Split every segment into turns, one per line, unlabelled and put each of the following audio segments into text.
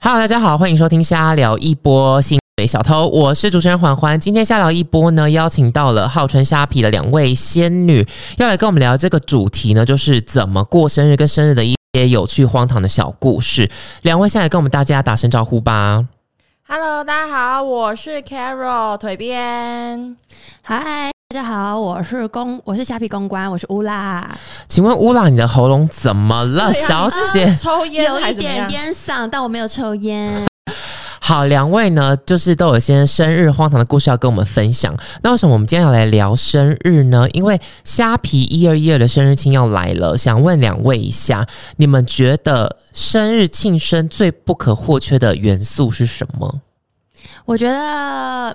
Hello，大家好，欢迎收听瞎聊一波性水小偷，我是主持人环环。今天瞎聊一波呢，邀请到了号称虾皮的两位仙女，要来跟我们聊这个主题呢，就是怎么过生日跟生日的一些有趣荒唐的小故事。两位先来跟我们大家打声招呼吧。
Hello，大家好，我是 Carol 腿边。
嗨，大家好，我是公，我是虾皮公关，我是乌拉，
请问乌拉，你的喉咙怎么了，
对啊
小
你是
姐？
抽烟
有
还
一
是怎么
点
样？
烟嗓，但我没有抽烟。
好，两位呢，就是都有一些生日荒唐的故事要跟我们分享。那为什么我们今天要来聊生日呢？因为虾皮一二一二的生日庆要来了，想问两位一下，你们觉得生日庆生最不可或缺的元素是什么？
我觉得，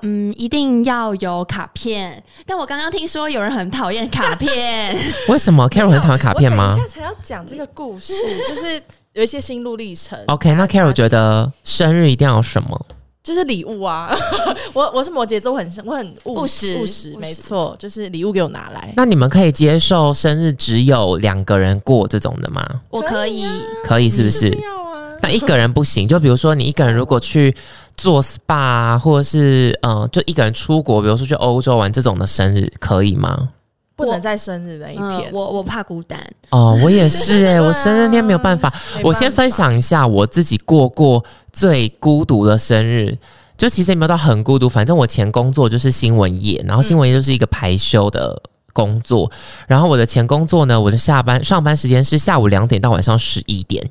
嗯，一定要有卡片。但我刚刚听说有人很讨厌卡片，
为什么 Carol 很讨厌卡片
我
吗
等一下才要讲这个故 事，就是有一些心路历程。
？OK，那 Carol 觉得生日一定要有什么？
就是礼物啊， 我我是摩羯座，我很我很务
务实
务实
务，实
没错，就是礼物给我拿来。
那你们可以接受生日只有两个人过这种的吗？
我可以。
可以，是不
就是
是？
要啊，
那一个人不行，就比如说你一个人如果去做 SPA，啊或者是嗯、呃就一个人出国，比如说去欧洲玩这种的生日可以吗？
不能在生日那一
嗯
天，。
我我怕孤单，
哦，我也是哎、
对啊
我生日那天没有办法。
没办法
我先分，享一下我自己过过最孤独的生日。就其实也没有到很孤独，反正我前工作就是新闻业，然后新闻业就是一个排休的工作，然后我的前工作呢，我的下班上班时间是下午两点到晚上十一点，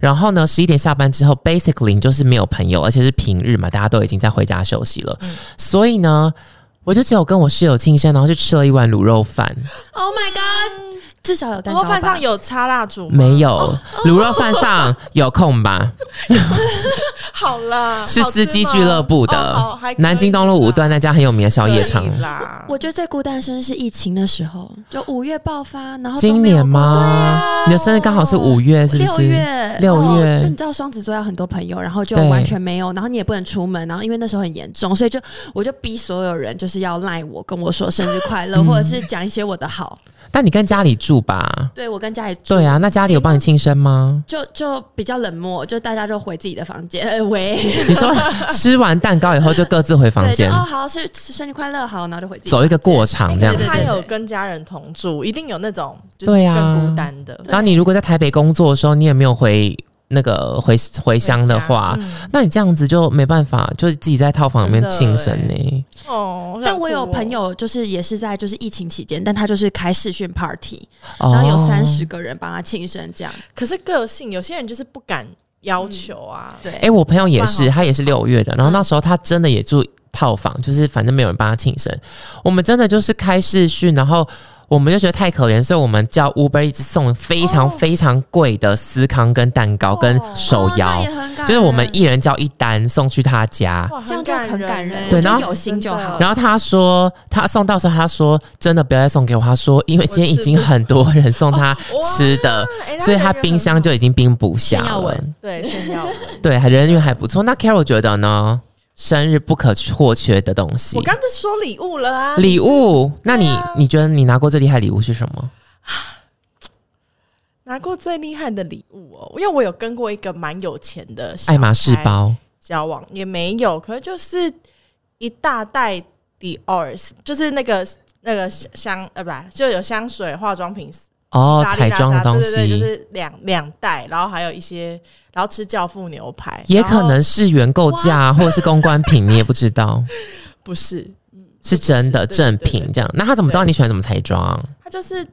然后呢十一点下班之后，basically 就是没有朋友，而且是平日嘛，大家都已经在回家休息了，所以呢，我就只有跟我室友庆生，然后去吃了一碗卤肉饭，
Oh my god！至少有蛋
然
糕
后
吧
饭上有插蜡烛吗？
没，有卤肉饭上有空吧？
好了，
是
好吃
司机俱乐部的、
吗哦好还可以
南京东路五段那家很有名的宵夜场
可。
啊
以啦。
我觉得最孤单的生日是疫情的时候，就五月爆发，然后都
今
没有
年
过
吗？
对啊
你的生日刚好是五月，是不是？
六月，
六
然后
月
就你知道双子座要很多朋友，然后就
对
完全没有，然后你也不能出门，然后因为那时候很严重，所以就我就逼所有人就是要赖我，跟我说生日快乐，或者是讲一些我的好。
但你跟家里住吧？
对我跟家里住
嗯对，啊，那家里有帮你庆生 吗？
就就比较冷漠，就大家就回自己的房间。呃、喂，
你说吃完蛋糕以后就各自回房
对，就
间，
哦好，是生日快乐，好，然后就回自己
走一个过场这样子
对对。
他
对
有跟家人同住，一定有那种就是
对啊
更孤单的。
然后你如果在台北工作的时候，你也没有回那个回回乡的话，
嗯
那你这样子就没办法，就是自己在套房里面
真的
庆生呢、
哦，
但我有
好酷哦
朋，友，就是也是在就是疫情期间，但他就是开视讯 party，、
哦
然后有三十个人帮他庆生，这样
可是个性有些人就是不敢要求啊。
对。
哎、我朋友也是，
哇
他也是六月的，然后
嗯
那时候他真的也住套房，就是反正没有人帮他庆生。我们真的就是开视讯，然后我们就觉得太可怜，所以我们叫 Uber 一直送非常
哦
非常贵的司康跟蛋糕跟手摇，
哦那也很哦感
就是我们
人
一人叫一单送去他家。
哇，
这样就很感人
欸
对然后
就有心就好
然后他说，他送到时候他说，真的不要再送给我。他说，因为今天已经很多人送
哦
他吃的，
哎
所以他冰箱就已经冰不下
炫耀
了
文。
对炫耀文。
对，还人缘还不错。那 Carol 觉得呢？生日不可或缺的东西
我，刚就说礼物了啊，
礼物。那你、
对啊
你觉得你拿过最厉害的礼物是什么？
拿过最厉害的礼物哦，因为我有跟过一个蛮有钱的小
爱马仕
孩
包。
交往，也没有，可是就是一大袋 Dior，就是那个那个香呃，不是就有香水、化妆品
哦，
拉里
彩
拉
妆的
扎
东
对对对，就
西
是两两袋，然后还有一些，然后吃教父牛排，
也
然后
可能是原购价或者是公关品，你也不知 道
不是，
是真的
对对
正
对
品
对
这样。那他怎么知道
对
你喜欢什么彩妆？
他就是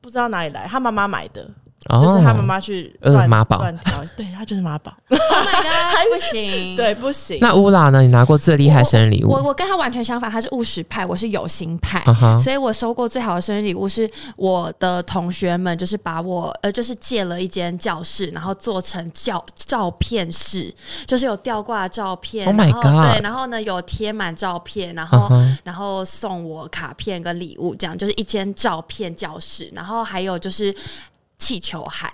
不知道哪里来，他妈妈买的，
哦，
就是他妈妈去
呃
乱
妈宝
乱 挑，对他就是妈宝，
，Oh my god，不行，
对，不行，
那乌拉呢？你拿过最厉害生日礼物
我？我跟他完全相反，他是务实派，我是有心派。
啊哈，
所以我收过最好的生日礼物是我的同学们，就是把我呃，就是借了一间教室，然后做成教照片室，就是有吊挂的照片
Oh my
然后
God
对，然后呢有贴满照片，然
啊
后、
哈，
然后送我卡片跟礼物，这样就是一间照片教室，然后还有就是气球海，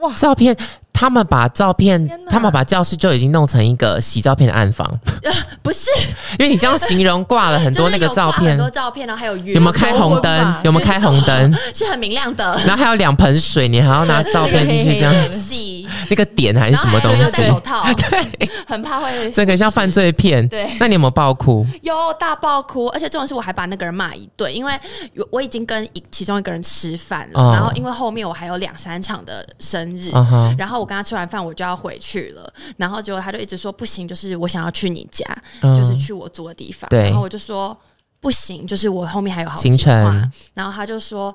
哇，
照片。他们把照片
天，哪
他们把教室就已经弄成一个洗照片的暗房，
不是
因为你这样形容挂了很
就
多
是
那个
有挂
照片
很，多照片，然后还有云
有没有开红
有
灯
吧？
有没有开红灯？
是很明亮的。
然后还有两盆水，你还要拿照片进去这样。
洗
那个点
哎
还是什么东
然后还要戴
西，
手 套，很怕会
这个像犯罪片。
对。
那你有没有爆哭？
有大爆哭，而且重点是我还把那个人骂一顿，因为我我已经跟一其中一个人吃饭了，
哦
然后因为后面我还有两三场的生日，
啊哈，
然后我跟他吃完饭我就要回去了，然后结果他就一直说不行，就是我想要去你家，
嗯
就是去我住的地方，
对
然后我就说不行，就是我后面还有好
行
计划
程，
然后他就说。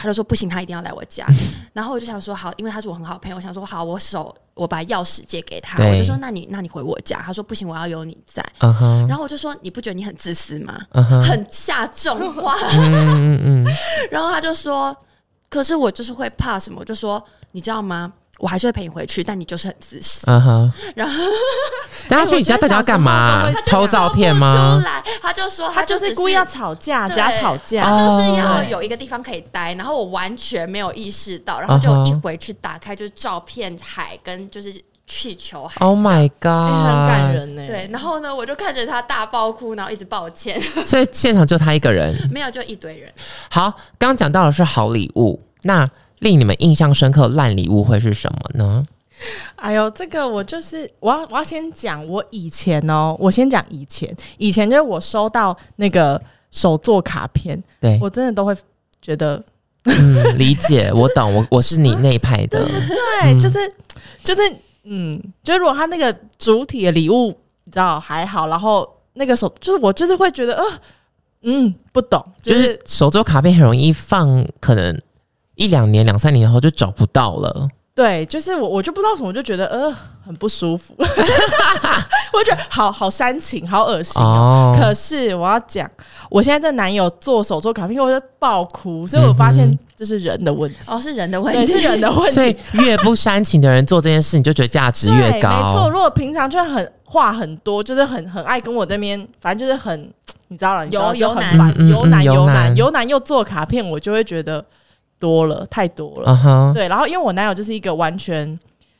他就说不行，他一定要来我家。
嗯
然后我就想说好，因为他是我很好的朋友，我想说好，我手我把钥匙借给他，
对
我就说那你那你回我家。他说不行，我要有你在。
啊哈，
然后我就说你不觉得你很自私吗？
啊哈，
很下 重话。
嗯嗯嗯，
然后他就说：“可是我就是会怕什么？”我就说：“你知道吗？我还是会陪你回去，但你就是很自私。
啊哈。
然
后，大家去你家到底要干嘛
哎我觉得小时候都会”这
偷照片
样
说不
吗
出？来，他就说
他就
只
是故意要。吵架，
对
假吵架。
哦
他就是要有一个地方可以待，然后我完全没有意识到，然后
啊哈
就一回去打开就是照片海跟就是气球海，
Oh my
哎
god！
很感。人
嗯
欸呢、
对，然后呢我就看着他大爆哭，然后一直抱歉，
所以现场就他一个人。
没有就一堆人，
好，刚刚讲到的是好礼物，那令你们印象深刻的烂礼物会是什么呢？
哎呦，这个我就是我要我要先讲我以前哦，我先讲以前，以前就是我收到那个手作卡片，
对，
我真的都会觉得，
嗯，理解，我懂，我我是你那一派的，
对，
嗯
就是就是嗯，就是如果他那个主体的礼物，你知道还好，然后那个手就是我就是会觉得，呃，嗯，不懂，就、
就是是手作卡片很容易放，可能一两年、两三年后就找不到了。
对，就是我我就不知道什么，我就觉得呃很不舒服， 我觉得好好煽情，好恶心哦
哦，
可是我要讲，我现在这男友做手做卡片，我就爆哭，所以我发
嗯
现
哼
这是人的问题，
哦是人的问
对，
题，
是人 的问
所
题
以。越不煽情的人做这件事，你就觉得价值
对，
越
没错。
高。
如果平常就很话很多，就是很很爱跟我那边，反正就是很，你知道了，你知道
有
就很
有男嗯嗯
烦，有
嗯
男
有
有
男
男有男又做卡片，我就会觉得多了，太多了。
啊哈，
对，然后因为我男友就是一个完全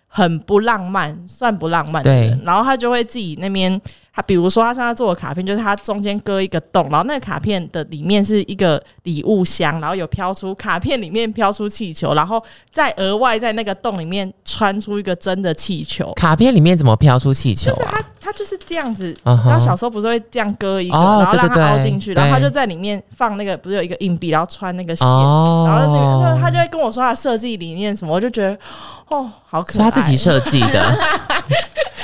很不浪漫，算不浪漫的人
对，
然后他就会自己那边，他比如说他上次做的卡片，就是他中间割一个洞，然后那个卡片的里面是一个礼物箱，然后有飘出卡片里面飘出气球，然后再额外在那个洞里面穿出一个真的气球。
卡片里面怎么飘出气球
就是
啊？
他，他就是这样子。啊
啊哈
然后小时候不是会这样割一个，
哦
然后让
对对
它凹
对
进去，然后
对
他就在里面放那个，不是有一个硬币，然后穿那个鞋
哦
然后那个就是他就会跟我说他的设计理念什么，我就觉得哦，好可
所以
爱。
他自己设计 的。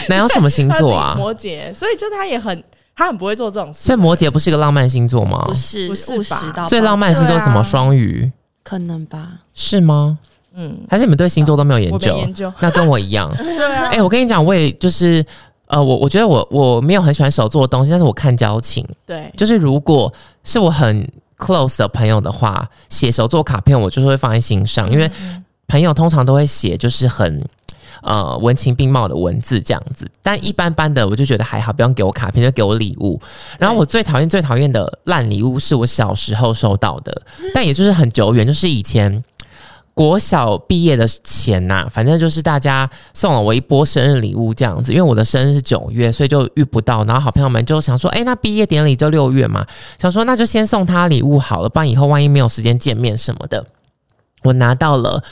哪有什么星
他自己
座啊？
摩羯，所以就是他也很他很不会做这种事。
所以摩羯不是一个浪漫星座吗
不？是
不是
务
吧
实到
最浪漫的星座是什么？
对啊
双鱼
可能吧，
是吗？
嗯，
还是你们对星座都没有研
我没
究？
研究。
那跟我一 样。
对啊
哎、，我跟你讲，我也就是呃，我我觉得我我没有很喜欢手做的东西，但是我看交情。
对，
就是如果是我很 close 的朋友的话，写手做卡片我就是会放在心上，
嗯
因为朋友通常都会写就是很呃文情并茂的文字这样子，但一般般的我就觉得还好，不用给我卡片，就给我礼物。然后我最讨厌最讨厌的烂礼物是我小时候收到的，但也就是很久远，就是以前。国小毕业的前呐、反正就是大家送了我一波生日礼物这样子，因为我的生日是九月，所以就遇不到。然后好朋友们就想说，哎、那毕业典礼就六月嘛，想说那就先送他礼物好了，不然以后万一没有时间见面什么的。我拿到了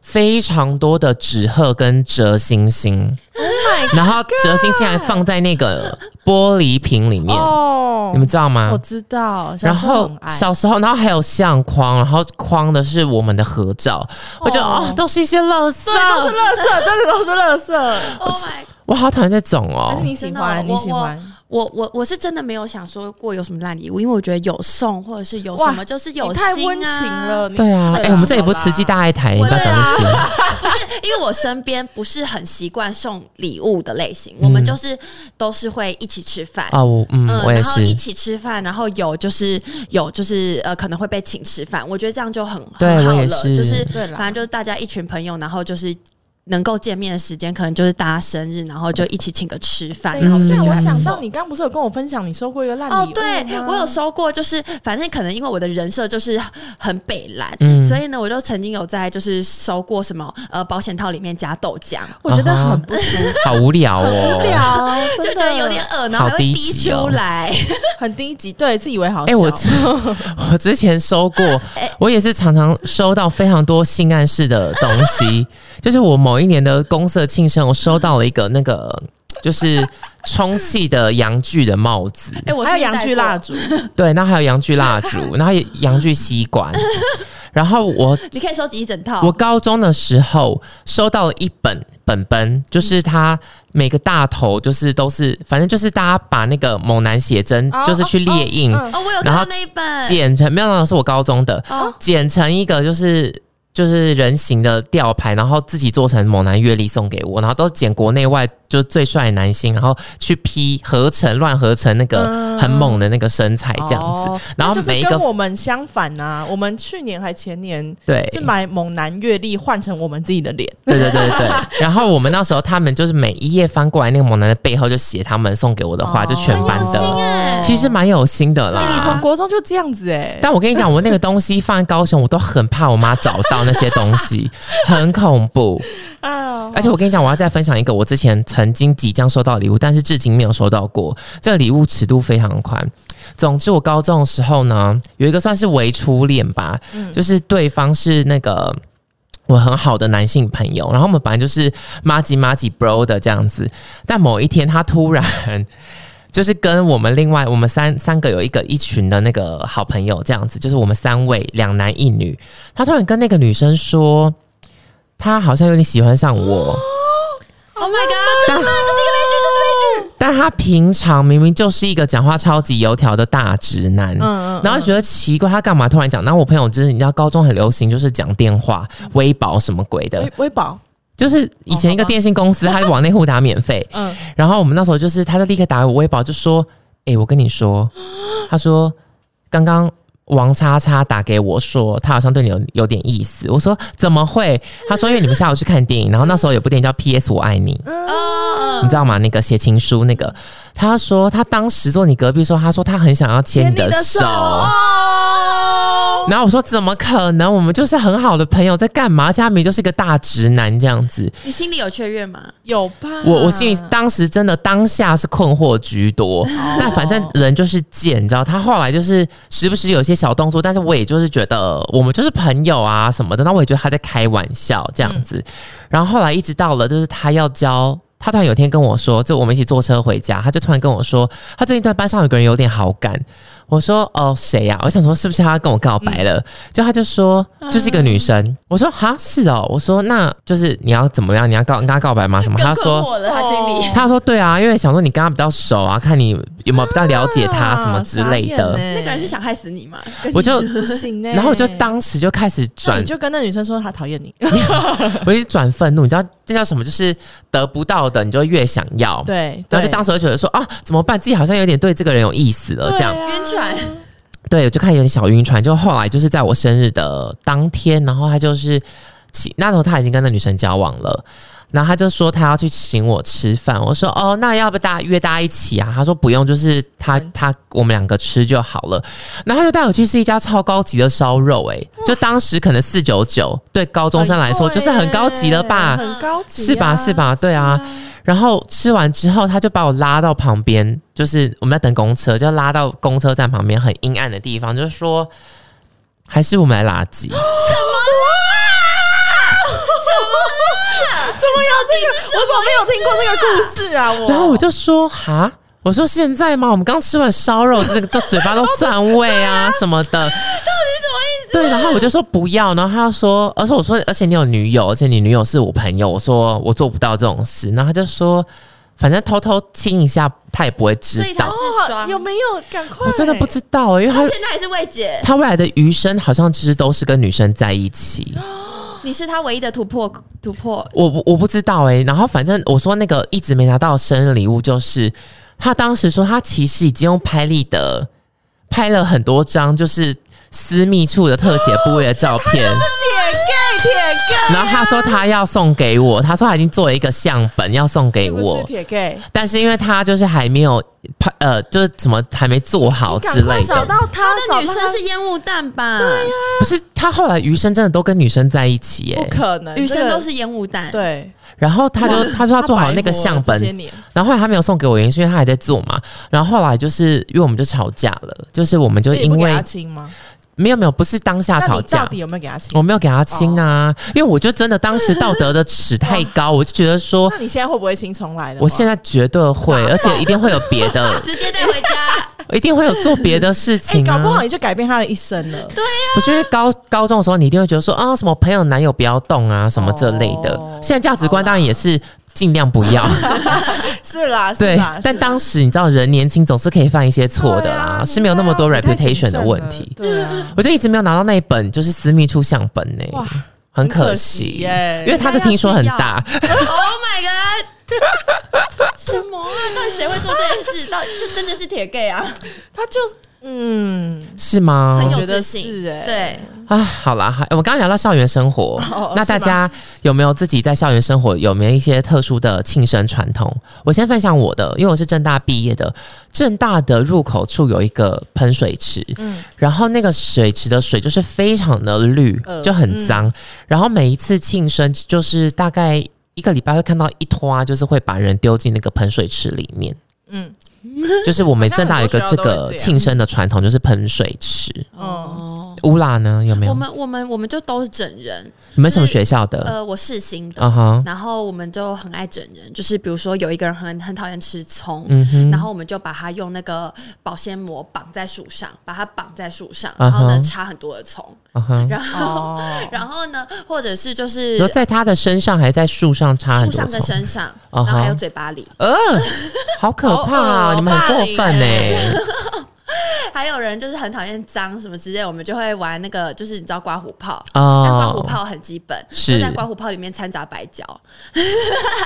非常多的纸鹤跟折星星
Oh
然后折星星还放在那个玻璃瓶里面，
哦
你们知道吗？
我知道，小
然
时候
后
很爱
小时候，然后还有相框，然后框的是我们的合照，我觉得
哦
哦，都是一些垃圾，
都是垃圾，真的都是垃
哦
圾。
Oh my
我好讨厌这种
还
哦
是。你喜欢？
真的
你
哦
喜欢？
我我我是真的没有想说过有什么烂礼物，因为我觉得有送或者是有
哇
什么就是有、
你
啊、
太温情了，你
对啊，哎、
太
我们这也不是
好啦
慈禧大爱台，你不要讲这些。
不是因为我身边不是很习惯送礼物的类型，我们就是都是会一起吃饭。
啊，我嗯，我也
然后
是
一，起吃饭，然后有就是有就是呃，可能会被请吃饭，我觉得这样就很
对
很好
我也
了，
是
就是
对啦
反正就是大家一群朋友，然后就是能够见面的时间，可能就是大家生日，然后就一起请个吃
嗯
饭。然
等
后
一下，
就
我
很
想
爽
到你刚不是有跟我分享你收过一个烂礼物
哦，对
吗
我有收过，就是反正可能因为我的人设就是很北蓝，
嗯
所以呢，我就曾经有在就是收过什么呃保险套里面加豆浆，
我觉得
啊哈
很不舒服。
好无聊哦。
聊，
就
真
觉
的
得有点恶，然后
好
还会
低
滴
级哦
出来。
很低级，对，是以为好笑。
哎、我我之前
哎
收过，我也是常常收到非常多性暗示的东西。就是我某某一年的公社庆生，我收到了一个那个就是充气的洋具的帽子，
哎，我
还有
是
洋具蜡
蜡，
烛，
对，那还有洋具蜡 烛，然后也洋具吸管，然后我
你可以收集一整套。
我高中的时候收到了一本本本，就是它每个大头就是都是，反正就是大家把那个猛男写真
哦
嗯就是去列印，
哦哦嗯嗯
哦，我有
然
看
后
到那一本。
剪成没有，那是我高中的，
哦，
剪成一个就是。就是人形的吊牌，然后自己做成猛男阅历送给我，然后都剪国内外就是最帅的男星，然后去 P 合成乱合成那个
嗯
很猛的那个身材这样子，
哦
然后
那就是
每一
跟
个
我们相反呐、我们去年还前年
对
是买猛男阅历换成我们自己的脸，
对对对对 对。然后我们那时候他们就是每一页翻过来，那个猛男的背后就写他们送给我的
哦
话，就全班
很
的，
有心欸
其实蛮有心的
哎你从
啦。
国中就这样子哎、
但我跟你讲，我那个东西放在高雄，我都很怕我妈找到那些东 西，很恐怖。
啊
而且我跟你讲，我要再分享一个我之前曾经即将收到的礼物，但是至今没有收到过。这个礼物尺度非常宽。总之，我高中的时候呢，有一个算是微初恋吧，就是对方是那个。我很好的男性朋友，然后我们本来就是妈吉妈吉 bro 的这样子，但某一天他突然就是跟我们另外我们三 三个有一个一群的那个好朋友这样子，就是我们三位两男一女，他突然跟那个女生说，他好像有点喜欢上我。
Oh my god！怎么办？这是一个悲剧，这是悲剧。
但他平常明明就是一个讲话超级油条的大直男，
嗯
然后就觉得奇怪，他干嘛突然讲？然后我朋友就是你知道，高中很流行就是讲电话、
嗯
微保什么鬼的
微，微宝，
就是以前一个
好吧
电信公司，他往内互打免费，
嗯，
然后我们那时候就是他就立刻打给我微保，就说：“诶，我跟你 说，他说刚刚。”王叉叉打给我说，他好像对你有有点意思。我说怎么会？他说因为你们下午去看电影，然后那时候有部电影叫《P.S. 我爱你》，
哦，
你知道吗？那个写情书那个，他说他当时坐你隔壁的时候，他说他很想要牵你的手。
哦
然后我说怎么可能？我们就是很好的朋友，在干嘛？而且他明明就是一个大直男这样子。
你心里有雀跃吗？
有吧？
我我心里
哦
当时真的当下是困惑居多，
哦
但反正人就是贱，你知道。他后来就是时不时有一些小动作，但是我也就是觉得我们就是朋友啊什么的。那我也觉得他在开玩笑这样子。然后后来一直到了就是他要交，他突然有一天跟我说，就我们一起坐车回家，他就突然跟我说，他最近对班上有个人有点好感。我说哦谁呀、我想说是不是他跟我告白了？就他就说就是一个女生。我说哈是哦。我说那就是你要怎么样？你要告跟他告白吗？什么？他说
我的他心里
哦
他说：“对啊，因为想说你跟他比较熟啊，看你有没有比较了解他什么之类的。
啊
那个人是欸想害死欸你吗？
哎
我就，
不行呢、
然后我就当时就开始
那
转
你，就跟那女生说她讨厌你，
我就转愤怒，你知道这叫什么？就是得不到的，你就越想要。
对，
然后就当时就觉得说啊，怎么办？自己好像有点对这个人有意思了，这样。
啊
晕船，
对，我就开始有点小晕船。就后来就是在我生日的当天，然后他就是请那时候他已经跟那女生交往了，然后他就说他要去请我吃饭，我说哦，那要不大家约大家一起啊？他说不用，就是他他我们两个吃就好了。然后他就带我去吃一家超高级的烧肉、欸，就当时可能四九九，对高中生来说就是很高级了吧？
欸很高级、
是吧是吧对啊，然后吃完之后，他就把我拉到旁边，就是我们在等公车，就拉到公车站旁边很阴暗的地方，就是说，还是我们来垃圾。
什么啦？什么啦？怎么啊有这个？
我怎么没有听过这个故事啊？我
然后我就说哈，我说现在吗？我们刚吃完烧肉，这个都嘴巴都酸味啊什 么的。
啊
对，然后我就说不要，然后他就说，而且我说，而且你有女友，而且你女友是我朋友，我说我做不到这种事，然后他就说，反正偷偷亲一下，他也不会知
所以
道
他。
哦
是双
有没有？赶快，
我真的不知道、因为他
他现在还是未解，
他未来的余生好像其实都是跟女生在一起，
你是他唯一的突破突破。
我不我不知道哎、然后反正我说那个一直没拿到的生日礼物，就是他当时说他其实已经用拍立得拍了很多张，就是私密处的特写部位的照 片。
铁 gay 铁 gay，
然后他说他要送给我，他说他已经做了一个相本要送给
是不是
我，
铁 gay？
但是因为他就是还没有拍，呃，就是怎么还没做好之
赶快
类
找
的。
到他，
那女
找到
生
他
是烟雾弹吧？对呀，
不是他后来余生真的都跟女生在一起欸耶、
不可能，
女生
这个
都是烟雾弹。
对，
然后他就他说他做好那个相
白活了这些
本，
年
然后后来他没有送给我，原因是因为他还在做嘛。然后后来就是因为我们就吵架了，就是我们就
那你
因
不给
为
他亲吗？
没有没有，不是当下
那
吵
你到
架
底。有没哦有给他亲？
我没有给他亲啊，因为我就真的当时道德的尺太 高，我就觉得说，
那你现在会不会亲重来的话？
我现在绝对会，而且一定会有别 的，
直接带回家，
一定会有做别的事
哎、
情啊。
搞不好你就改变他的一生 了。对，
不是因为高高中的时候，你一定会觉得说啊，什么朋友、男友不要动啊，什么这类的。
哦
现在价值观当然也是尽量不要，
是啦，是
对
啦。。
但
是啦
当时你知道，人年轻总是可以犯一些错的
对啊
啦，
你
是没有那么多
不要太谨
reputation
慎
的问题。
了对啊，
我就一直没有拿到那一本就是私密处相本呢、
哇，
很
很
可
可
惜
惜耶
因为他的听说很大，
Oh my god！什么啊？到底谁会做这件事？到底就真的是铁 gay 啊？
他就是嗯，
是吗
很
我？
有
觉得
自信
是哎、
对，
啊，好啦，还我们刚刚聊到校园生活，
哦
那
是
大
吗
家有没有自己在校园生活有没有一些特殊的庆生传统？我先分享我的，因为我是正大毕业的，正大的入口处有一个喷水池，
嗯
然后那个水池的水就是非常的绿，
呃
就很脏，然后每一次庆生就是大概。一个礼拜会看到一拖、啊，就是会把人丢进那个喷水池里 面。
嗯
就是我们正大有一个
好
这
像很
个
多学校都会这样
庆生的传统，就是喷水池。
哦，
乌拉呢有没有
我？们我们我们就都是整人，
你们什么学校的？
呃，我是新的，
啊哈，
然后我们就很爱整人，就是比如说有一个人很很讨厌吃葱，
嗯哼，
然后我们就把它用那个保鲜膜绑在树上，把它绑在树上，
啊哈
然后呢插很多的葱，
啊哈，
然后、
哦，
然后呢，或者是就是
然后在他的身上还在树上插很
树
多
上跟
葱，
身上，
啊哈
然后还有嘴巴里，
呃，好可怕
好
啊！
恶哦
你们很过分呢、欸
还有人就是很讨厌脏什么之类，我们就会玩那个就是你知道刮胡泡。但刮胡
哦，
泡很基本，
是
就在刮胡泡里面掺杂白胶，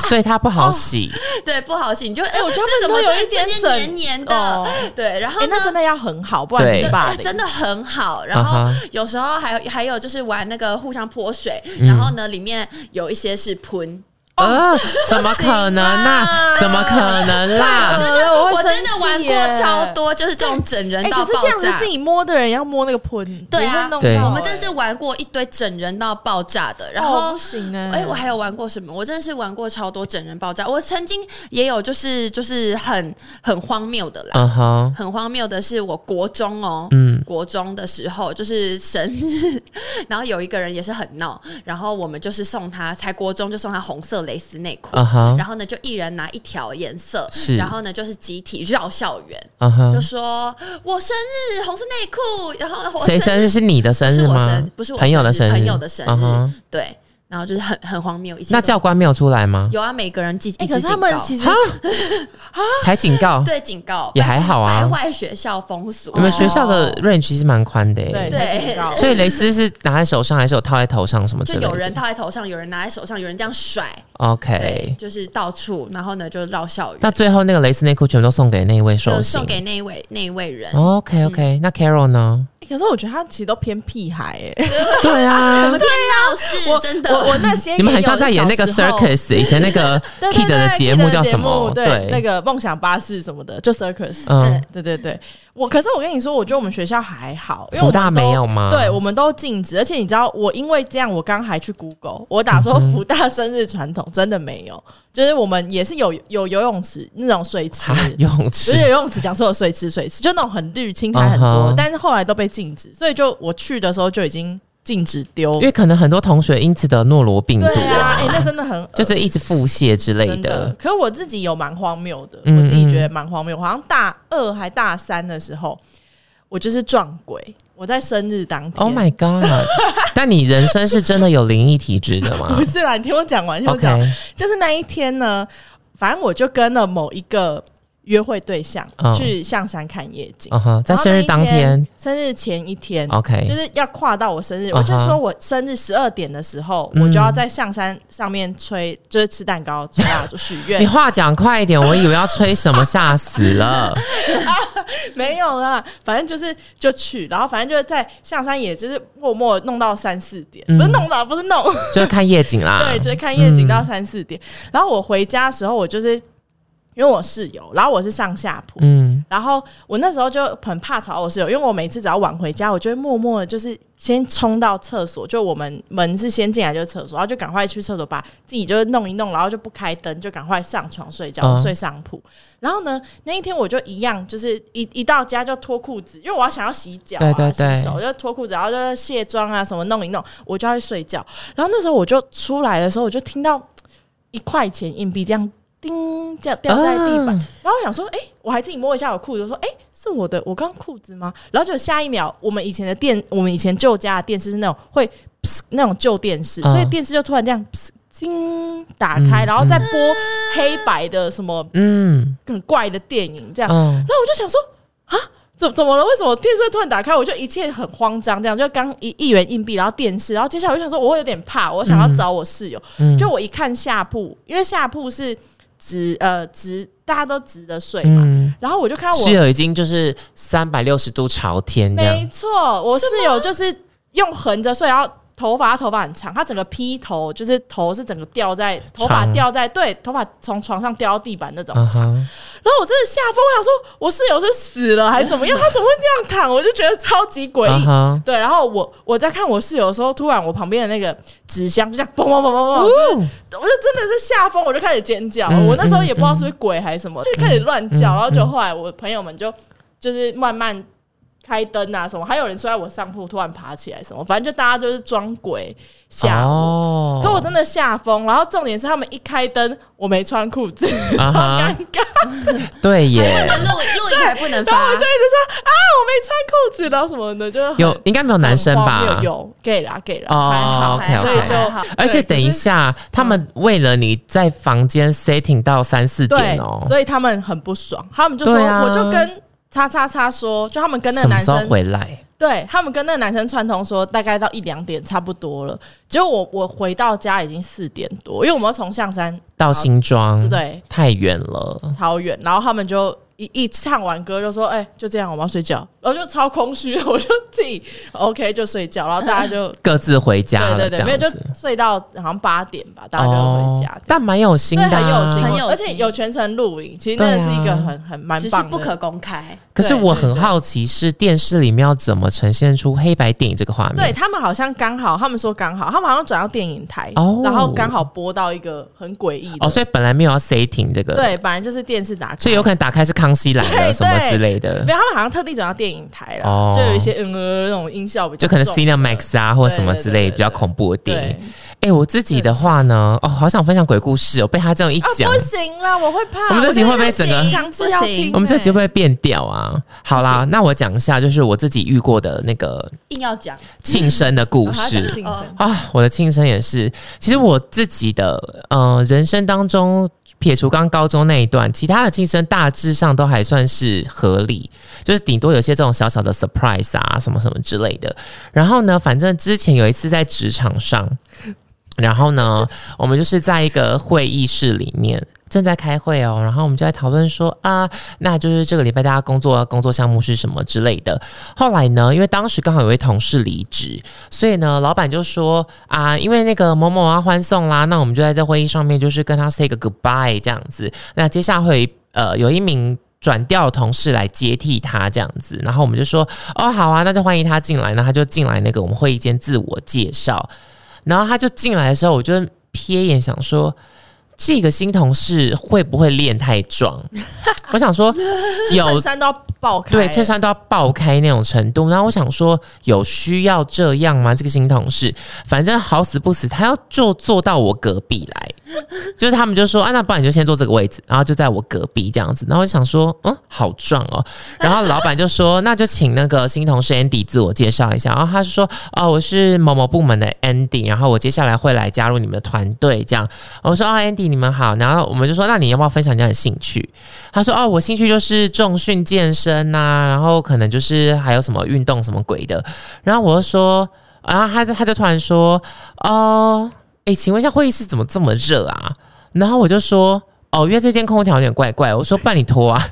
所以他不好洗，
对，不好洗，你就哎、
我觉得
这
他
怎么
们
突
都有
然
一点
间
整
黏黏的？
哦
对，然后
哎、
呢？
那真的要很好，不然
对
就是
真
霸凌。
真的很好，然
啊
后
哈
有时候还有还有就是玩那个互相泼水，
嗯
然后呢里面有一些是喷，哦
呃，怎么可能啊？怎么可能啦？
真的我
我
会
真的
生气
玩过
耶
超多，就是这种整人
哎、
到
可是
爆
这样子
炸。
自己摸的人要摸那个盆，
对啊
你会弄
对
到
我们
哎
真的是玩过一堆整人到爆炸的，然
哦
后
不。行哎、
哎、
欸
我还有玩过什么？我真的是玩过超多整人爆炸。我曾经也有，就是就是很很荒谬的啦，
嗯哼，
很荒谬的是，我国中哦，
嗯，
国中的时候就是生日， 然后有一个人也是很闹，然后我们就是送他，才国中就送他红色蕾丝内裤，
啊哈，
然后呢就一人拿一条颜色
是，
然后呢就是集体绕校园，
啊哈
就，说我生日红色内裤，然后我
谁生日是你的生日
不是我
吗
生？不是我
朋友的生
生日
日，
朋友的生日
啊哈
对，然后就是很很荒谬，一切
那
都
教官没有出来吗？
有啊，每个人记，
哎、
一
可
直
是他
警
们
告
其实
啊才警告，
对警告
也还好啊
败坏学校风俗，
你们学校的 range 其实蛮宽的、欸，
对
哦对
警告
所以蕾丝是拿在手上，还是有套在头上什么之
就
类的？
有人套在头上，有人拿在手上，有人这样甩，对
OK，，
就是到处，然后呢就绕校
那
园，
最后那个蕾丝内裤全部都送给那一位寿
就
星
送。给那一位那一位人。
嗯
OK OK，、那 Carol 呢？
哎可是我觉得他其实都偏屁孩哎、
对
我
啊
们，偏闹事，
我
真
我
的。
我那些
你们很像
也有
在演那个
小时候
Circus 以前那个
对对
Kid
对
的节目
Kid
叫
节
什么？
对，那
对，
个梦想巴士什么的，就 Circus。
嗯，
对对对，我可是我跟你说，我觉得我们学校还好，因为我
福
们
大
都
没有吗？
对，我们都禁止，而且你知道，我因为这样，我刚还去 Google，我打
嗯
说福大生日传统真的没有，就是我们也是有有游泳池那种水池
哈， 游泳
不是
池
游泳池，讲错了，水池水池就那种很绿，青苔很多
嗯哼
但是后来都被禁止，所以就我去的时候就已经禁止丢
因。为可能很多同学因此得诺罗病毒
对啊，哎、那真的很恶
就是一直腹泻之类
真的
的。。
可是我自己有蛮荒谬的，
嗯
我自己觉得蛮荒谬。好像大二还大三的时候，我就是撞鬼。我在生日当天
Oh my god！但你人生是真的有灵异体质的吗
不是啦，你听我讲完，听我
？OK，
讲完。就是那一天呢，反正我就跟了某一个约会对象、
嗯
去象山看夜景。
嗯哼，在
然后
生
那
日
一
当天
生日前一天就
，OK，
是要跨到我生日，
哎啊哈
我就说我生日十二点的时候，
嗯
我就要在象山上面吹，就是吃蛋糕、吹蜡烛、许 愿
你。话讲快一点，我以为要吹什么，吓死 了。
没有啦，反正就是就去，然后反正就是在象山，也就是默默弄到三四点，
嗯啊
不是弄啦，不是弄，
就是看夜景啦。
对，就是看夜景
嗯
到三四点。然后我回家的时候，我就是因为我室友，然后我是上下铺，
嗯，
然后我那时候就很怕吵我室友，因为我每次只要晚回家，我就会默默的，就是先冲到厕所，就我们门是先进来就是厕所，然后就赶快去厕所把自己就是弄一弄，然后就不开灯，就赶快上床睡觉，
嗯
睡上铺。然后呢，那一天我就一样，就是一一到家就脱裤子，因为我要想要洗脚、啊、
对对对
洗手，就脱裤子，然后就是卸妆啊什么弄一弄，我就要去睡觉。然后那时候我就出来的时候，我就听到一块钱硬币这样叮这样掉在地板，
啊
然后我想说，哎、我还自己摸一下我裤子，说，哎、是我的，我刚裤子吗？然后就下一秒，我们以前的电，我们以前旧家的电视是那种会噗那种旧电视，
嗯
所以电视就突然这样。噗叮，打开，
嗯
然后再播黑白的什么
嗯
很怪的电影，这样。
嗯，
然后我就想说啊，怎怎么了？为什么电视突然打开？我就一切很慌张，这样就刚一一元硬币，然后电视，然后接下来我就想说，我有点怕，我想要找我室友。
嗯
就我一看下铺，因为下铺是直呃直，大家都直着睡嘛。
嗯，
然后我就看到
室
我，
友已经就是三百六十度朝天这
没
样，
错，我室友就是用横着睡，然后。头发，他头发很长，他整个披头，就是头是整个掉在头发
床
掉在对，头发从床上掉到地板那种。
嗯哼，
然后我真的吓疯，我想说我室友是死了还是怎么样？他怎么会这样躺？我就觉得超级诡
嗯
异。
哼，
对，然后我我在看我室友的时候，突然我旁边的那个纸箱就这样嘣嘣嘣嘣嘣，就是我就真的是吓疯，我就开始尖叫。
嗯
我那时候也不知道是不是鬼还是什么，就开始乱叫。然后就后来我朋友们就就是慢慢开灯啊什么，还有人睡在我上铺突然爬起来什么，反正就大家就是装鬼吓我。
哦
可我真的吓疯，然后重点是他们一开灯，我没穿裤子，超
啊哈
尴尬。
对耶，
那录录影还不能
然后我
发
就一直，说啊，我没穿裤子，然后什么的，就是很
有应该没有男生
很荒
吧
谬？有 gay 啦 gay 啦，
哦
还好，
OK，OK 哎
所以就
好
而且
对
等一下，他们为了你在房间 setting 到三四点
对
哦，，
所以他们很不爽，他们就说
对啊
我就跟叉叉叉说，就他们跟那
什
个
么
男
时候
生
回来？
对他们跟那个男生串通说，大概到一两点差不多了。结果我我回到家已经四点多，因为我们要从象山
到新庄，
对
太远了。
超远，然后他们就一一唱完歌就说：“哎、就这样，我们要睡觉。”然后就超空虚， 我就自己 OK 就睡觉，然后大家就
各自回家了，
对对对，
这
没有
样
就
子。哦
睡到好像八点吧，大家就回家。
但蛮有心
对，
的、啊，
很有心，
很有
而
心
且有全程录影，其实那
对啊
是一个很很蛮
只是
棒的。
不可公开。
可是
对
我很好奇，是电视里面要怎么呈现出黑白电影这个画面？
对，他们好像刚好，他们说刚好，他们好像转到电影台，
哦
然后刚好播到一个很诡异的。
哦，所以本来没有要 setting 这个，，
对，本来就是电视打开，
所以有可能打开是康熙来了
对
什么
对
之类的
没，有，他们好像特地转到电影台了，
哦
就有一些嗯呃那种音效比较
就可能
重
Cinemax 啊或什么之类
对对
比
对
较恐怖的电
对
影。哎、我自己的话呢，哦，好想分享鬼故事哦，被他这样一
啊，
讲，
不行啦，我会怕。
我们这集会不会
我真的
整个
强制要
不行
听？
我们这集会不会变调啊？好啦，那我讲一下，就是我自己遇过的那个
硬要讲，
庆生的故
哦他
事。
讲庆生
啊，我的庆生也是。其实我自己的呃人生当中，撇除刚高中那一段，其他的庆生大致上都还算是合理，就是顶多有些这种小小的 surprise 啊，什么什么之类的。然后呢，反正之前有一次在职场上，然后呢，我们就是在一个会议室里面。正在开会哦，然后我们就在讨论说啊，那就是这个礼拜大家工作工作项目是什么之类的。后来呢，因为当时刚好有位同事离职，所以呢，老板就说啊，因为那个某某要欢送啦，那我们就在这会议上面就是跟他 say 个 goodbye 这样子。那接下来会有一呃有一名。转调的同事来接替他这样子，然后我们就说哦好啊，那就欢迎他进来。那他就进来那个我们会议间自我介绍，然后他就进来的时候，我就瞥眼想说，这个新同事会不会练太壮？我想说有
衬衫都要爆开，
对，衬衫都要爆开那种程度。然后我想说，有需要这样吗？这个新同事，反正好死不死，他要坐坐到我隔壁来， 就是他们就说，啊，那不然你就先坐这个位置，然后就在我隔壁这样子。然后我想说，嗯，好壮哦。然后老板就说，那就请那个新同事 Andy 自我介绍一下。然后他就说，哦，我是某某部门的 Andy，然后我接下来会来加入你们的团队这样。我说，哦，Andy 你们好。然后我们就说，那你要不要分享一下你的兴趣？他说：“哦，我兴趣就是重训健身呐、然后可能就是还有什么运动什么鬼的。”然后我就说，然后他就他就突然说：“哦，诶，请问一下会议室怎么这么热啊？”然后我就说：“哦，因为这间空调有点怪怪。”我说：“不然你脱啊。”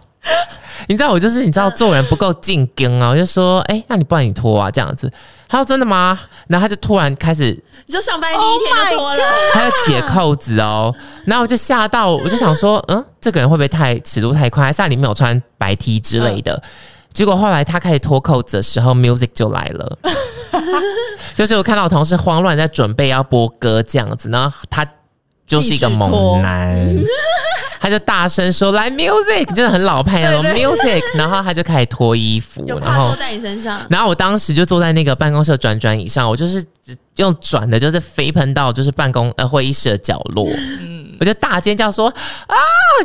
你知道我就是你知道做人不够进根啊，我就说，哎、那你不然你脱啊这样子。他说真的吗？然后他就突然开始
你说上班第
Oh
一天就脱了
他要解扣子哦，然后我就吓到，我就想说，嗯，这个人会不会太尺度太宽？还是他里面有穿白 T 之类的？
嗯
结果后来他开始脱扣子的时候，music 就来 了，就是我看到我同事慌乱在准备要播歌这样子，然后他就是一个猛男，他就大声说来 music，就是很老派那种 music，然后他就开始脱衣服，
有
然
跨
后
坐在你身上，
然后我当时就坐在那个办公室的转转椅上，我就是用转的，就是飞喷到就是办公呃会议室的角落，我就大尖叫说啊！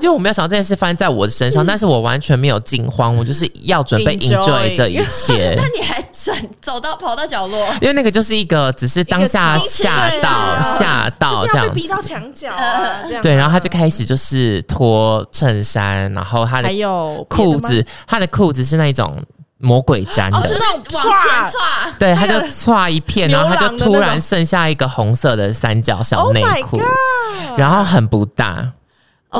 就我没有想到这件事发生在我的 身上，但是我完全没有惊慌，我就是要准备
Enjoy
enjoy 这一切
那。你还转走到跑到角
哦
落，
因为那个就是一个，只是当下
一
个情境
吓到
对
吓到
就
这
是要
样
被
子
逼，到墙角 啊，这样
对，然后他就开始就是脱衬衫，然后他的
还有
裤子，他的裤子是那种魔鬼粘的，
哦
就是往前窜，
对，他就歘一片，
牛
然
郎
后他就突
的那
然
种
剩下一个红色的三角小
Oh
内
my
裤然后很不大，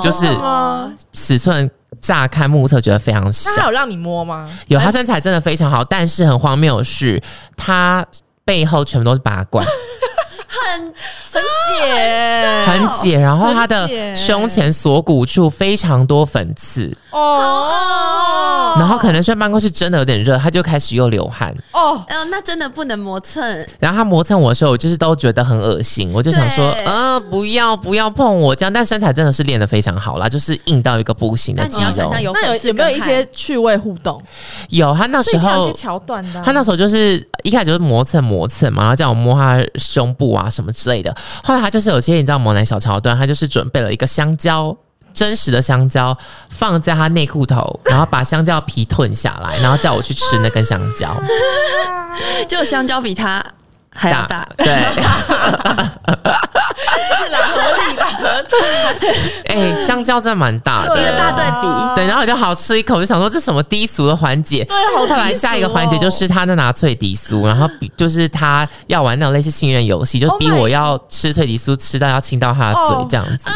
就是
哦
尺寸乍看目测觉得非常
那他
小。
有让你摸吗？
有他身材真的非常好，但是很荒谬的是，他背后全部都是拔 罐，
哦
很
很解
很解，然后他
很解
的胸前锁骨处非常多粉刺，
哦
哦，
然后可能是办公室真的有点热，他就开始又流汗，
哦，
呃，那真的不能磨蹭，
然后他磨蹭我的时候，我就是都觉得很恶心，我就想说，
对
呃，不要不要碰我这样。但身材真的是练得非常好啦，就是硬到一个不行的
但
肌
你要想
肉
象。有
那有
粉刺
有没有
跟
一
汗
些趣味互动？
有他那时
所以他有
候
些，桥段的啊，
他那时候就是一开始就是磨蹭磨蹭嘛，然后叫我摸他胸部啊什么之类的。后来他就是有些你知道猛男小桥段，他就是准备了一个香蕉。真实的香蕉放在他内裤头，然后把香蕉皮吞下来，然后叫我去吃那根香蕉。
就香蕉比它还要大，
对，哎、香蕉真的蛮大
啊
一个
的。
大对比
对，然后我就好吃一口，我就想说这什么低俗的环节。
对，好
后来
低俗
下一个环节就
哦
是他在拿脆笛酥，然后比就是他要玩那种类似信任游戏，就
Oh
逼
my
我要吃脆笛酥，吃到要亲到他的嘴
哦
这样子。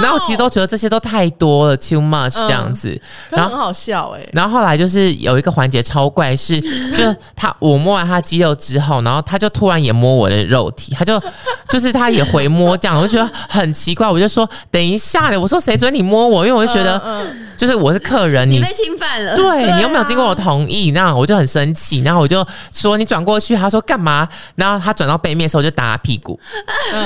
然后我其实都觉得这些都太多了，too much
嗯
这样子。
可是很好笑哎、
然后后来就是有一个环节超怪，是就他我摸完他肌肉之后，然后他就突然也摸我的肉体，他就 就是他也回摸这样，我就觉得很奇怪，我就说等一下嘞，我说谁准你摸我？因为我就觉得
嗯
就是我是客人，
你
你
被侵犯了，
对
啊
你又没有经过我同意，那我就很生气，然后我就说你转过去，他说干嘛？然后他转到背面的时候我就打他屁股，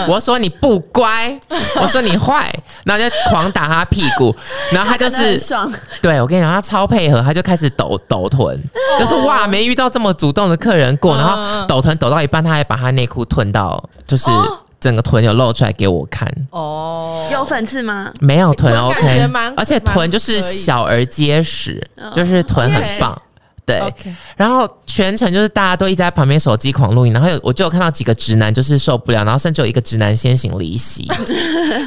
我说你不乖，我说你坏，然后就狂打他屁股，然后他就
可能很
是
爽，
对我跟你讲，他超配合，他就开始抖抖臀，就是哇没遇到这么主动的客人过，然
哦嗯
后
嗯
抖臀抖到一半，他还把他内裤吞到，就是整个臀有露出来给我看。
哦，
有粉刺吗？
没有臀
臀欸感觉
OK，
蛮
而且臀就是
蛮可以哦
小而结实
嗯，
就是臀很
OK
棒。对，
OK，
然后全程就是大家都一直在旁边手机狂录影，然后有我就有看到几个直男就是受不了，然后甚至有一个直男先行离 席。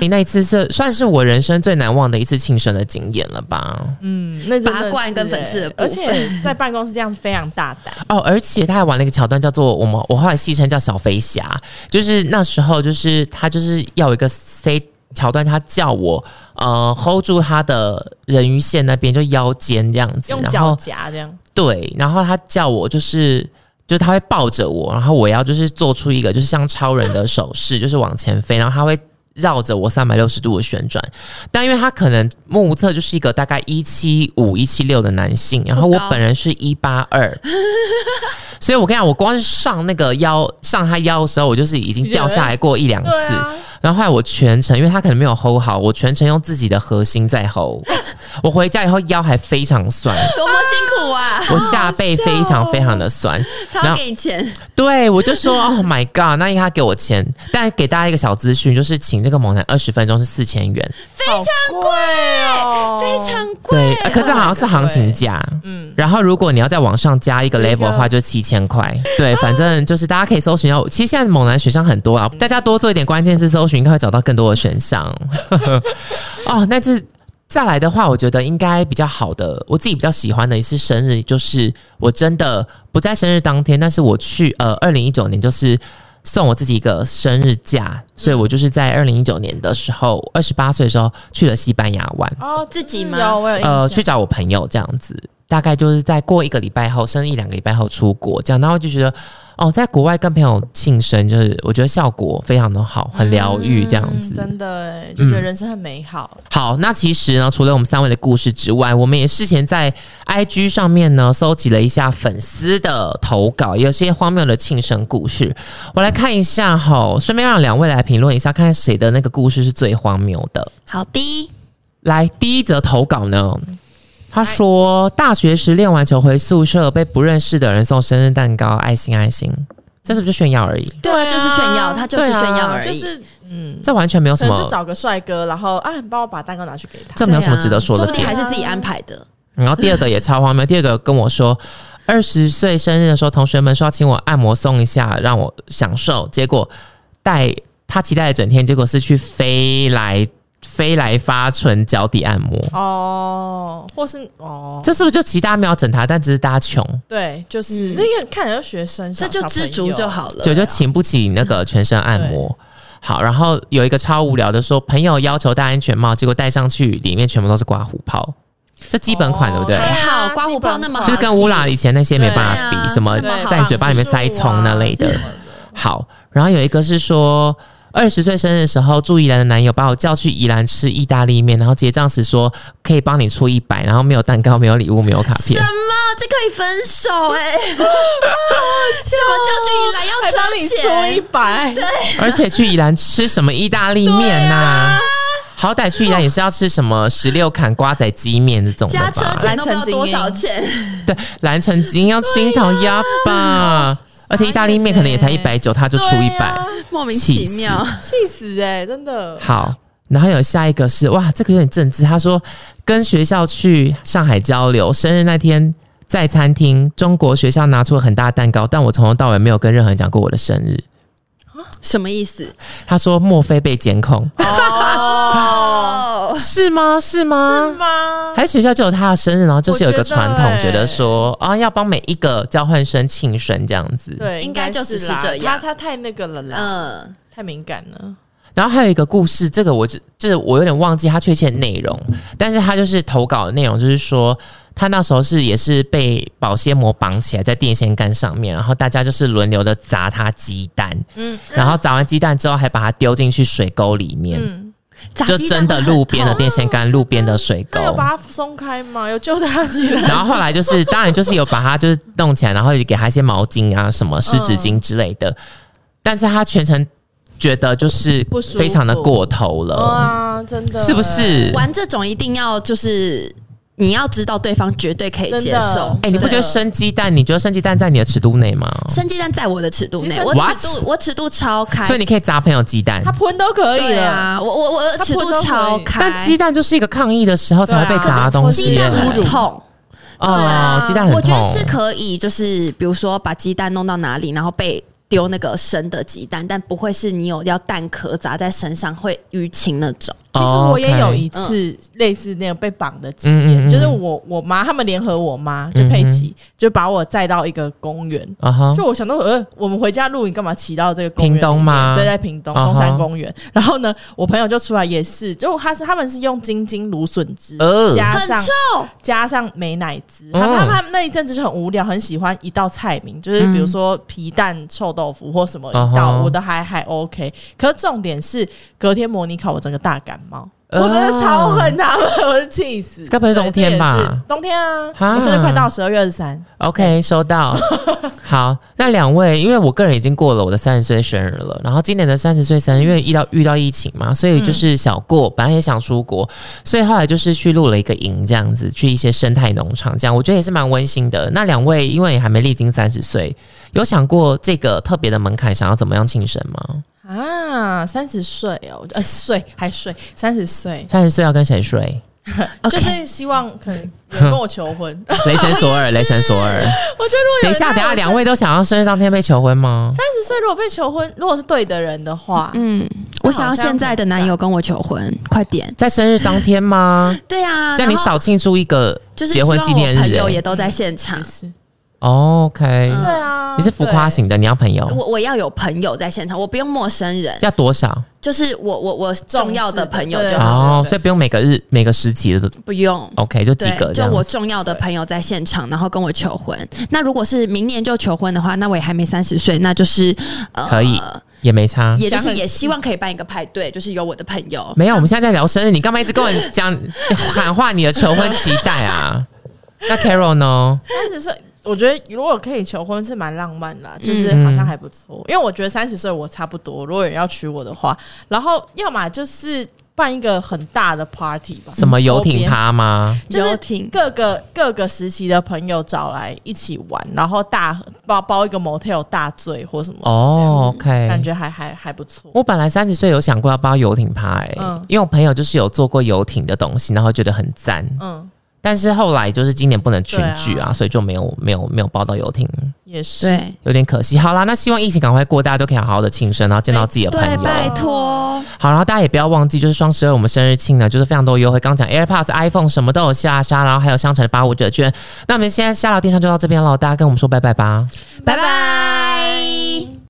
那一次是算是我人生最难忘的一次庆生的经验了吧？
嗯，那真的
拔罐
是
跟粉
欸
刺的部
而且在办公室这样非常大 胆，
哦，而且他还玩了一个桥段，叫做我们我后来戏称叫小飞侠，就是那时候就是他就是要有一个 C 桥段，他叫我呃 hold 住他的人鱼线那边就腰间这样子，
用
然
脚
后
夹这样，
对，然后他叫我就是。就是他会抱着我，然后我要就是做出一个就是像超人的手势，就是往前飞，然后他会绕着我三百六十度的旋转。但因为他可能目测就是一个大概一七五、一七六的男性，然后
不
我
高
本人是一八二，所以我跟你讲，我光是上那个腰上他腰的时候，我就是已经掉下来过一两
对
次。
啊，
然后后来我全程，因为他可能没有 hold 好，我全程用自己的核心在 hold。我回家以后腰还非常酸。
多么辛 苦啊！
我下背非常非常的酸，
他要给你钱，
对我就说 Oh my God，那应该他给我钱。但给大家一个小资讯，就是请这个猛男二十分钟是四千元，
非常
好贵哦，
非常
对
贵，，啊
呃可是好像是行情价。
嗯，
然后如果你要再往上加一个
一
level
个
的话，就七千块。对，反正就是大家可以搜寻一下。其实现在猛男选项很多啊，大家多做一点关键字搜寻，应该会找到更多的选项。哦，那这再来的话，我觉得应该比较好的，我自己比较喜欢的一次生日，就是我真的不在生日当天，但是我去呃二零一九年就是。送我自己一个生日假，所以我就是在二零一九年的时候，二十八岁的时候去了西班牙玩，
哦，
自己
是
吗
哦我有印象。
呃，去找我朋友这样子，大概就是在过一个礼拜后，生日一两个礼拜后出国这样，然后就觉得哦，在国外跟朋友庆生，就是我觉得效果非常的好，很疗愈这样
嗯
子。
真的哎，就觉得人生很美好。
嗯
好，那其实呢，除了我们三位的故事之外，我们也事前在 IG 上面呢搜集了一下粉丝的投稿，有些荒谬的庆生故事。我来看一下哈，顺便让两位来评论一下，看看谁的那个故事是最荒谬的。
好的，
来，第一则投稿呢，他说大学时练完球回宿舍，被不认识的人送生日蛋糕，爱心爱心，这是不是就炫耀而已？
对啊，就是炫耀，他就是
对啊
炫耀而已。
就是嗯，
这完全没有
可
什
能就
么，
找个帅哥，然后啊，你帮我把蛋糕拿去给他。啊
这没有什么值得说的
啊说不
点
定。还是自己安排的。
然后第二个也超荒谬，第二个跟我说。二十岁生日的时候，同学们说要请我按摩松一下，让我享受。结果带他期待了整天，结果是去飞来飞来发唇脚底按摩。
哦，或是哦，
这是不是就其他没有整他，但只是大家穷，
对，就是
嗯
这个看起来就学生，
这就
小
知足就。
小朋友
好了。
对，就请不起那个全身按摩。好，然后有一个超无聊的说，朋友要求戴安全帽，结果戴上去里面全部都是刮胡泡，这基本款、
哦
对不对？
还
对啊
好，刮胡泡那么好
就
洗
是跟乌拉以前那些没办法比，
对啊啊
什么
那么好
在嘴巴里面塞葱那类的。好，然后有一个是说。二十岁生日的时候，住宜兰的男友把我叫去宜兰吃意大利面，然后结账时说可以帮你出一百，然后没有蛋糕，没有礼物，没有卡
什
片。
么？这可以分手哎、 什么叫去宜兰
还帮你
要
出一
车钱？
百，
而且去宜兰吃什么意大利面呐、好歹去宜兰也是要吃什么十六砍瓜仔鸡面这种的
加车
吧？
钱都不知道多少 钱，
对，蓝城金要吃一头鸭吧。而且意大利面可能也才一百九，他就出一百、
莫名
气
其
死
妙。
气死哎、真的。
好，然后有下一个是哇，这个有点政治。他说跟学校去上海交流，生日那天在餐厅，中国学校拿出了很大的蛋糕，但我从头到尾没有跟任何人讲过我的生日。
什么意思？
他说莫非被监控？
哦，
是吗？是吗？
是吗？
还是学校就有他的生日，然后就是有一个
我觉得
传统，
欸
觉得说啊，要帮每一个交换生庆生这样子。
对，
应
该
该就只
是
是
啦
这样
他他太那个了啦，
嗯，
太敏感了。
然后还有一个故事，这个我就就是我有点忘记他确切的内容，但是他就是投稿的内容，就是说他那时候是也是被保鲜膜绑起来在电线杆上面，然后大家就是轮流的砸他鸡蛋，嗯，然后砸完鸡蛋之后还把它丢进去水沟里面，
嗯，
炸
就
鸡
真
蛋
的
会很
路边的
痛
电线杆、路边的水沟
那。有把它松开吗？有救他起来？
然后后来就是，当然就是有把它就是弄起来，然后也给他一些毛巾啊、什么湿纸
嗯
巾之类的。但是他全程觉得就是
不舒服哦
非常的过头了，
哇，真的
是不？是？
玩这种一定要就是你要知道对方绝对可以
真的
接受。
哎、你不觉得生鸡蛋？你觉得生鸡蛋在你的尺度内吗？
生鸡蛋在我的尺度
其
内
实，
我尺
What？
度我尺度超开，
所以你可以砸朋友鸡蛋
他，喷都可以
对
了，
啊，我我我
它
尺
不
度
都可以
超开，
但鸡蛋就是一个抗议的时候才会被
对啊
砸的东
可是
西
鸡
耶，
蛋
也很
很痛。
哦，
啊
鸡蛋很
我觉得是
痛。
可以，就是比如说把鸡蛋弄到哪里，然后被丢那个生的鸡蛋，但不会是你有要蛋壳砸在身上会淤青那种。
其实我也有一
哦 OK
嗯
次类似那样被绑的经
嗯嗯嗯
验，就是我我妈他们联合我妈就佩奇，就把我载到一个公园。
啊哈
就我想到，呃，我们回家露营干嘛骑到这个公园里面？
屏东吗
对，在屏东
啊哈
中山公园。然后呢，我朋友就出来也是，就他是他们是用金金芦笋汁、
呃
加
很
上
臭，
加上美乃滋。
嗯
他他他们那一阵子就很无聊，很喜欢一道菜名，就是比如说皮蛋臭豆腐或什么一
嗯
道，
哼
我的还还 OK。可是重点是隔天模拟考，我整个大感冒。我
哦
真的超恨他们，我就气死！
该不会是冬天吧
对？这也是冬天啊，
哈
我生日快到十二月二十三，
OK，收 到。好，那两位，因为我个人已经过了我的三十岁生日了，然后今年的三十岁生
嗯
日，因为遇到遇到疫情嘛，所以就是小过，本来也想出国，所以后来就是去录了一个营，这样子，去一些生态农场，这样我觉得也是蛮温馨的。那两位因为也还没历经三十岁，有想过这个特别的门槛，想要怎么样庆生 吗？
啊，三十岁哦，呃，岁还岁，三十岁，
三十岁要跟谁睡？
就是希望可能有人跟我求婚。
雷神索尔，雷神索 尔。
我觉得如果有
等
人
一下，
爱
等一
我
下，两位都想要生日当天被求婚吗？
三十岁如果被求婚，如果是对的人的话，
嗯，我想要现在的男友跟我求婚，快点。
在生日当天吗？
对啊，
这样你
然后
少庆祝一个
就是
结婚纪念日、
希望我
欸
朋友也都在现场
也，是。
哦 OK，、
嗯
对啊，
你是浮夸型的，你要朋友
我我要有朋友在现场，我不用陌生人，
要多少？
就是我我我重要的朋友
重视的
就
对
好，
哦，
对
所以不用每个日每个时期的都
不用。
OK，就几
对，
个这
就
样
我
子。
重要的朋友在现场，然后跟我求婚。那如果是明年就求婚的话，那我也还没三十岁，那就是呃，
可以也没差。
也就
想
是
很
也希望可以办一个派对，就是有我的朋友。
没有，我们现在在聊生日，你干嘛一直跟我讲 喊话你的求婚期待啊？那 Carol 呢？
三十岁，我觉得如果可以求婚是蛮浪漫的啊、就是
嗯
好像还不错。因为我觉得三十岁我差不多，如果有人要娶我的话，然后要么就是办一个很大的 party 吧，嗯
什么游
周
艇
边
趴吗？
就是
游艇
各个各个时期的朋友找来一起玩，然后大包包一个 motel 大醉或
嗯
什么，
哦，OK、o 哦 k
感觉还还还不错。
我本来三十岁有想过要包游艇趴、欸，
嗯
因为我朋友就是有做过游艇的东西，然后觉得很赞，
嗯，
但是后来就是今年不能群聚
对
啊，
啊
所以就没有没有没有包到游艇，
也是。
对
有点可惜。好啦，那希望疫情赶快过，大家都可以好好的庆生，然后见到自己的
对
朋，
拜
友。
托，
好，然后大家也不要忘记，就是双十二我们生日庆呢，就是非常多优惠。刚讲 AirPods、iPhone 什么都有下杀，然后还有商城的八五折券。那我们现在下聊电商就到这边喽，大家跟我们说拜拜吧。
拜拜